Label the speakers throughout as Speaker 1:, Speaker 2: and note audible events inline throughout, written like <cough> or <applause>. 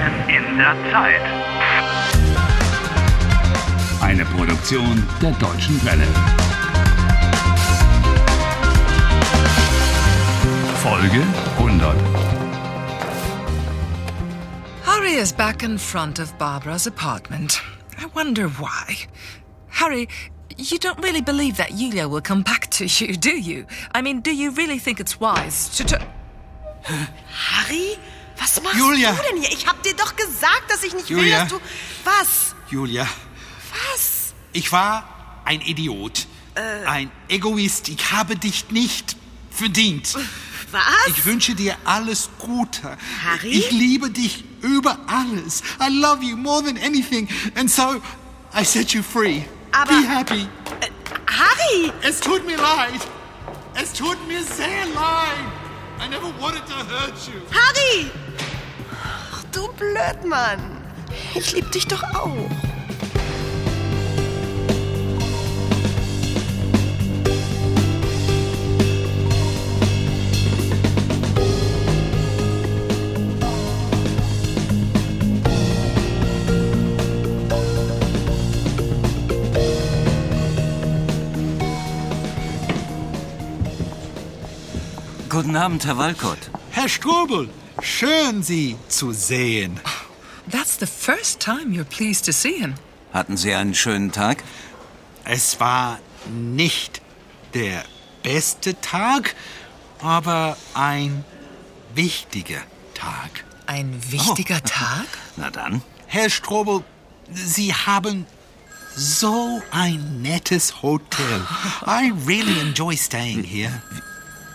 Speaker 1: der Zeit.
Speaker 2: Eine Produktion der Deutschen Welle. Folge 100.
Speaker 3: Harry is back in front of Barbara's apartment. I wonder why. Harry, you don't really believe that Yulia will come back to you, do you? I mean, do you really think it's wise to. to-
Speaker 4: Harry? Was machst
Speaker 5: Julia!
Speaker 4: du denn hier? Ich hab dir doch gesagt, dass ich nicht will,
Speaker 5: Julia!
Speaker 4: dass du... Was?
Speaker 5: Julia,
Speaker 4: Was? Äh.
Speaker 5: ich war ein Idiot. Ein Egoist. Ich habe dich nicht verdient.
Speaker 4: Was?
Speaker 5: Ich wünsche dir alles Gute.
Speaker 4: Harry?
Speaker 5: Ich liebe dich über alles. I love you more than anything. And so, I set you free.
Speaker 4: Aber-
Speaker 5: Be happy.
Speaker 4: Harry!
Speaker 5: Es tut mir leid. Es tut mir sehr leid. I never wanted to hurt you.
Speaker 4: Harry! Ach, du Blödmann. Ich lieb dich doch auch.
Speaker 6: Guten Abend, Herr Walcott.
Speaker 5: Herr Strobel, schön Sie zu sehen.
Speaker 3: That's the first time you're pleased to see him.
Speaker 6: Hatten Sie einen schönen Tag?
Speaker 5: Es war nicht der beste Tag, aber ein wichtiger Tag.
Speaker 3: Ein wichtiger Tag?
Speaker 6: Na dann.
Speaker 5: Herr Strobel, Sie haben so ein nettes Hotel. I really enjoy staying here.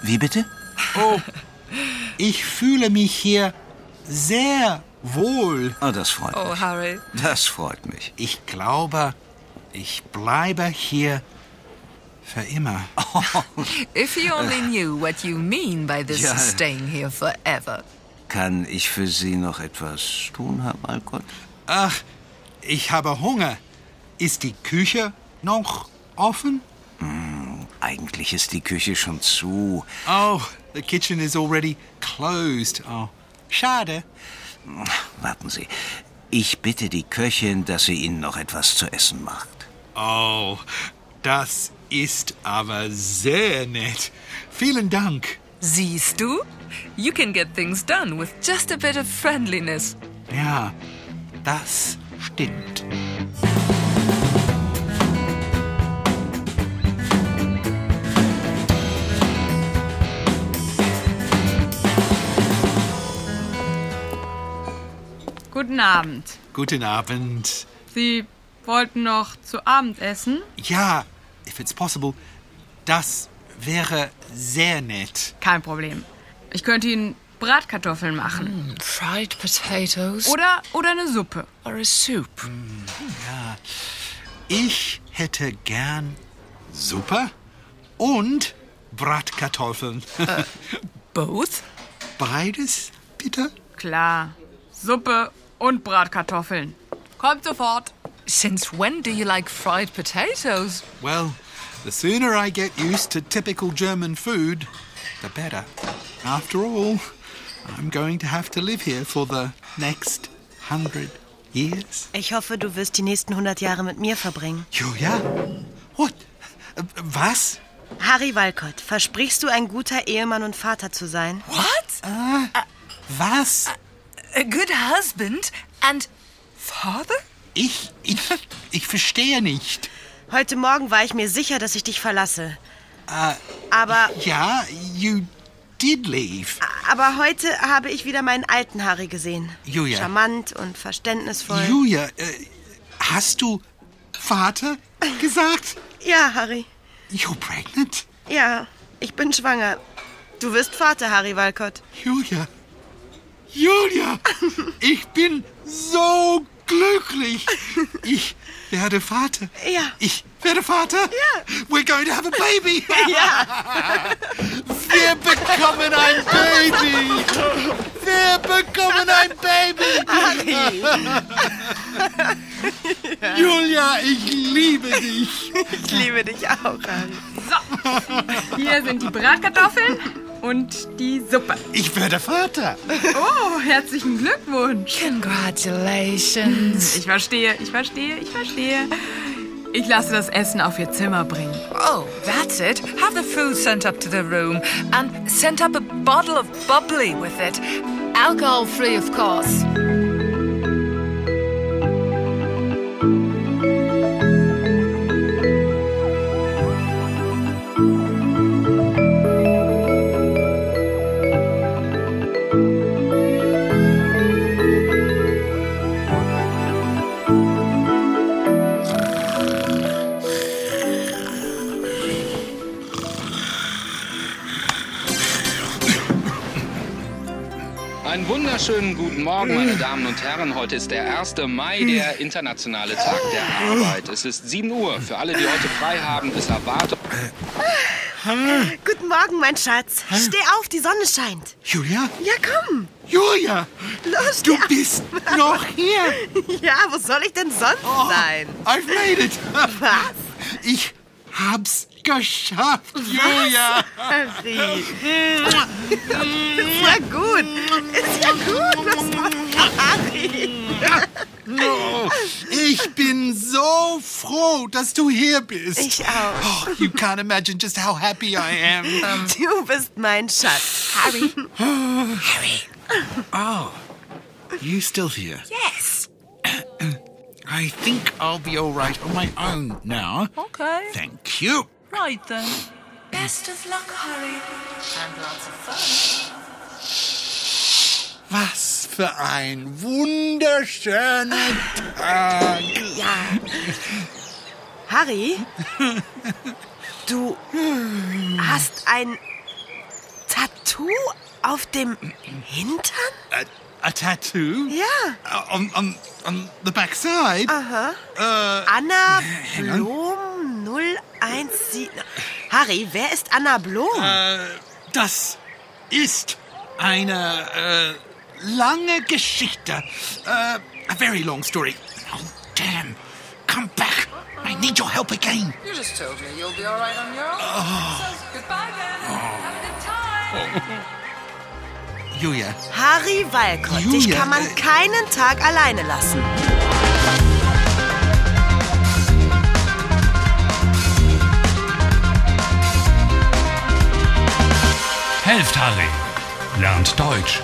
Speaker 6: Wie bitte?
Speaker 5: Oh, ich fühle mich hier sehr wohl.
Speaker 6: Oh, das
Speaker 3: <laughs>
Speaker 6: freut
Speaker 3: Oh,
Speaker 6: mich.
Speaker 3: Harry.
Speaker 6: Das freut mich.
Speaker 5: Ich glaube, ich bleibe hier für immer.
Speaker 3: If you only knew what you mean by this
Speaker 6: Yeah.
Speaker 3: staying here forever.
Speaker 6: Kann ich für Sie noch etwas tun, Herr Walcott?
Speaker 5: Ach, ich habe Hunger. Ist die Küche noch offen?
Speaker 6: Eigentlich ist die Küche schon zu.
Speaker 5: Oh, the kitchen is already closed. Oh, schade.
Speaker 6: Warten Sie. Ich bitte die Köchin, dass sie Ihnen noch etwas zu essen macht.
Speaker 5: Oh, das ist aber sehr nett. Vielen Dank.
Speaker 3: Siehst du? You can get things done with just a bit of friendliness.
Speaker 5: Ja, das stimmt.
Speaker 7: Guten Abend.
Speaker 5: Guten Abend.
Speaker 7: Sie wollten noch zu Abend essen?
Speaker 5: Ja, if it's possible, das wäre sehr nett.
Speaker 7: Kein Problem. Ich könnte Ihnen Bratkartoffeln machen.
Speaker 3: Fried potatoes
Speaker 7: Oder, oder eine Suppe.
Speaker 3: or a soup?
Speaker 5: Ich hätte gern Suppe und Bratkartoffeln. <laughs>
Speaker 3: Both?
Speaker 5: Beides, bitte?
Speaker 7: Klar. Suppe und Bratkartoffeln. Kommt sofort.
Speaker 3: Since when do you like fried potatoes?
Speaker 5: Well, the sooner I get used to typical German food, the better. After all, I'm going to have to live here for the next hundred years.
Speaker 4: Ich hoffe, du wirst die nächsten 100 Jahre mit mir verbringen.
Speaker 5: Julia? What? Äh, Was?
Speaker 4: Harry Walcott, versprichst du, ein guter Ehemann und Vater zu sein?
Speaker 3: What?
Speaker 5: Ah. Was?
Speaker 3: A good husband and father?
Speaker 5: Ich, ich, ich verstehe nicht.
Speaker 4: Heute Morgen war ich mir sicher, dass ich dich verlasse.
Speaker 5: Ah.
Speaker 4: Aber,
Speaker 5: Ja, you did leave.
Speaker 4: aber heute habe ich wieder meinen alten Harry gesehen.
Speaker 5: Julia.
Speaker 4: Charmant und verständnisvoll.
Speaker 5: Julia, äh, hast du Vater gesagt?
Speaker 4: ja, Harry.
Speaker 5: You're pregnant?
Speaker 4: Ja, ich bin schwanger. Du wirst Vater, Harry Walcott.
Speaker 5: Julia, Julia, ich bin so glücklich. Ich werde Vater.
Speaker 4: Ja.
Speaker 5: Ich werde Vater. Ja. We're going to have a baby.
Speaker 4: <laughs> Ja.
Speaker 5: Wir bekommen ein Baby. Wir bekommen ein Baby. <laughs> Julia, ich liebe dich.
Speaker 4: Ich liebe dich auch, Harry.
Speaker 7: Hier sind die Bratkartoffeln und die Suppe.
Speaker 5: Ich werde Vater.
Speaker 7: Oh, herzlichen Glückwunsch.
Speaker 3: Congratulations.
Speaker 7: Ich verstehe, ich verstehe, ich verstehe. Ich lasse das Essen auf ihr Zimmer bringen.
Speaker 3: Oh, that's it. Have the food sent up to the room and sent up a bottle of bubbly with it. Alcohol free, of course.
Speaker 1: Einen wunderschönen guten Morgen, meine Damen und Herren. Heute ist der 1. Mai, der internationale Tag der Arbeit. Es ist 7 Uhr. Für alle, die heute frei haben, ist erwartet.
Speaker 4: Guten Morgen, mein Schatz. Steh auf, die Sonne scheint.
Speaker 5: Julia?
Speaker 4: Ja, komm.
Speaker 5: Julia!
Speaker 4: Los,
Speaker 5: Du
Speaker 4: steh auf.
Speaker 5: bist noch hier! Oh,
Speaker 4: Ja, wo soll ich denn sonst <laughs> sein?
Speaker 5: I've
Speaker 4: <laughs>
Speaker 5: made it!
Speaker 4: Oh. Was?
Speaker 5: Ich hab's geschafft, Julia!
Speaker 4: <laughs> Harry. Ist ja gut. Ist ja gut. Was macht Harry?
Speaker 5: Oh, ich bin so froh, dass du hier bist.
Speaker 4: Ich auch.
Speaker 5: Oh, you can't imagine just how happy I am.
Speaker 4: <laughs> Du bist mein Schatz. Harry.
Speaker 5: You still here?
Speaker 3: Yes.
Speaker 5: <clears throat> I think I'll be all right on my own now.
Speaker 3: Okay.
Speaker 5: Thank you.
Speaker 3: Right then. Best of luck, Harry. And lots of fun.
Speaker 5: Was für ein wunderschöner Tag.
Speaker 4: Ja. Harry? Du hast ein Tattoo auf dem Hintern?
Speaker 5: A, äh, a tattoo?
Speaker 4: Ja.
Speaker 5: Uh, on, on, on the backside?
Speaker 3: Ah.
Speaker 4: Anna Blom 017. Harry, wer ist Anna Blom?
Speaker 5: Das ist eine äh, lange Geschichte. Äh, a very long story. Oh, damn. Come back. I need your help again. Oh.
Speaker 3: You just told me you'll be all right on your own. So, goodbye then. Have a good time.
Speaker 5: Julia.
Speaker 4: Harry Walcott. Dich
Speaker 5: Julia,
Speaker 4: kann man
Speaker 5: äh,
Speaker 4: keinen Tag alleine lassen.
Speaker 2: Helft Harry. Lernt Deutsch.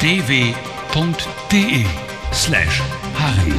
Speaker 2: dw.de slash Harry.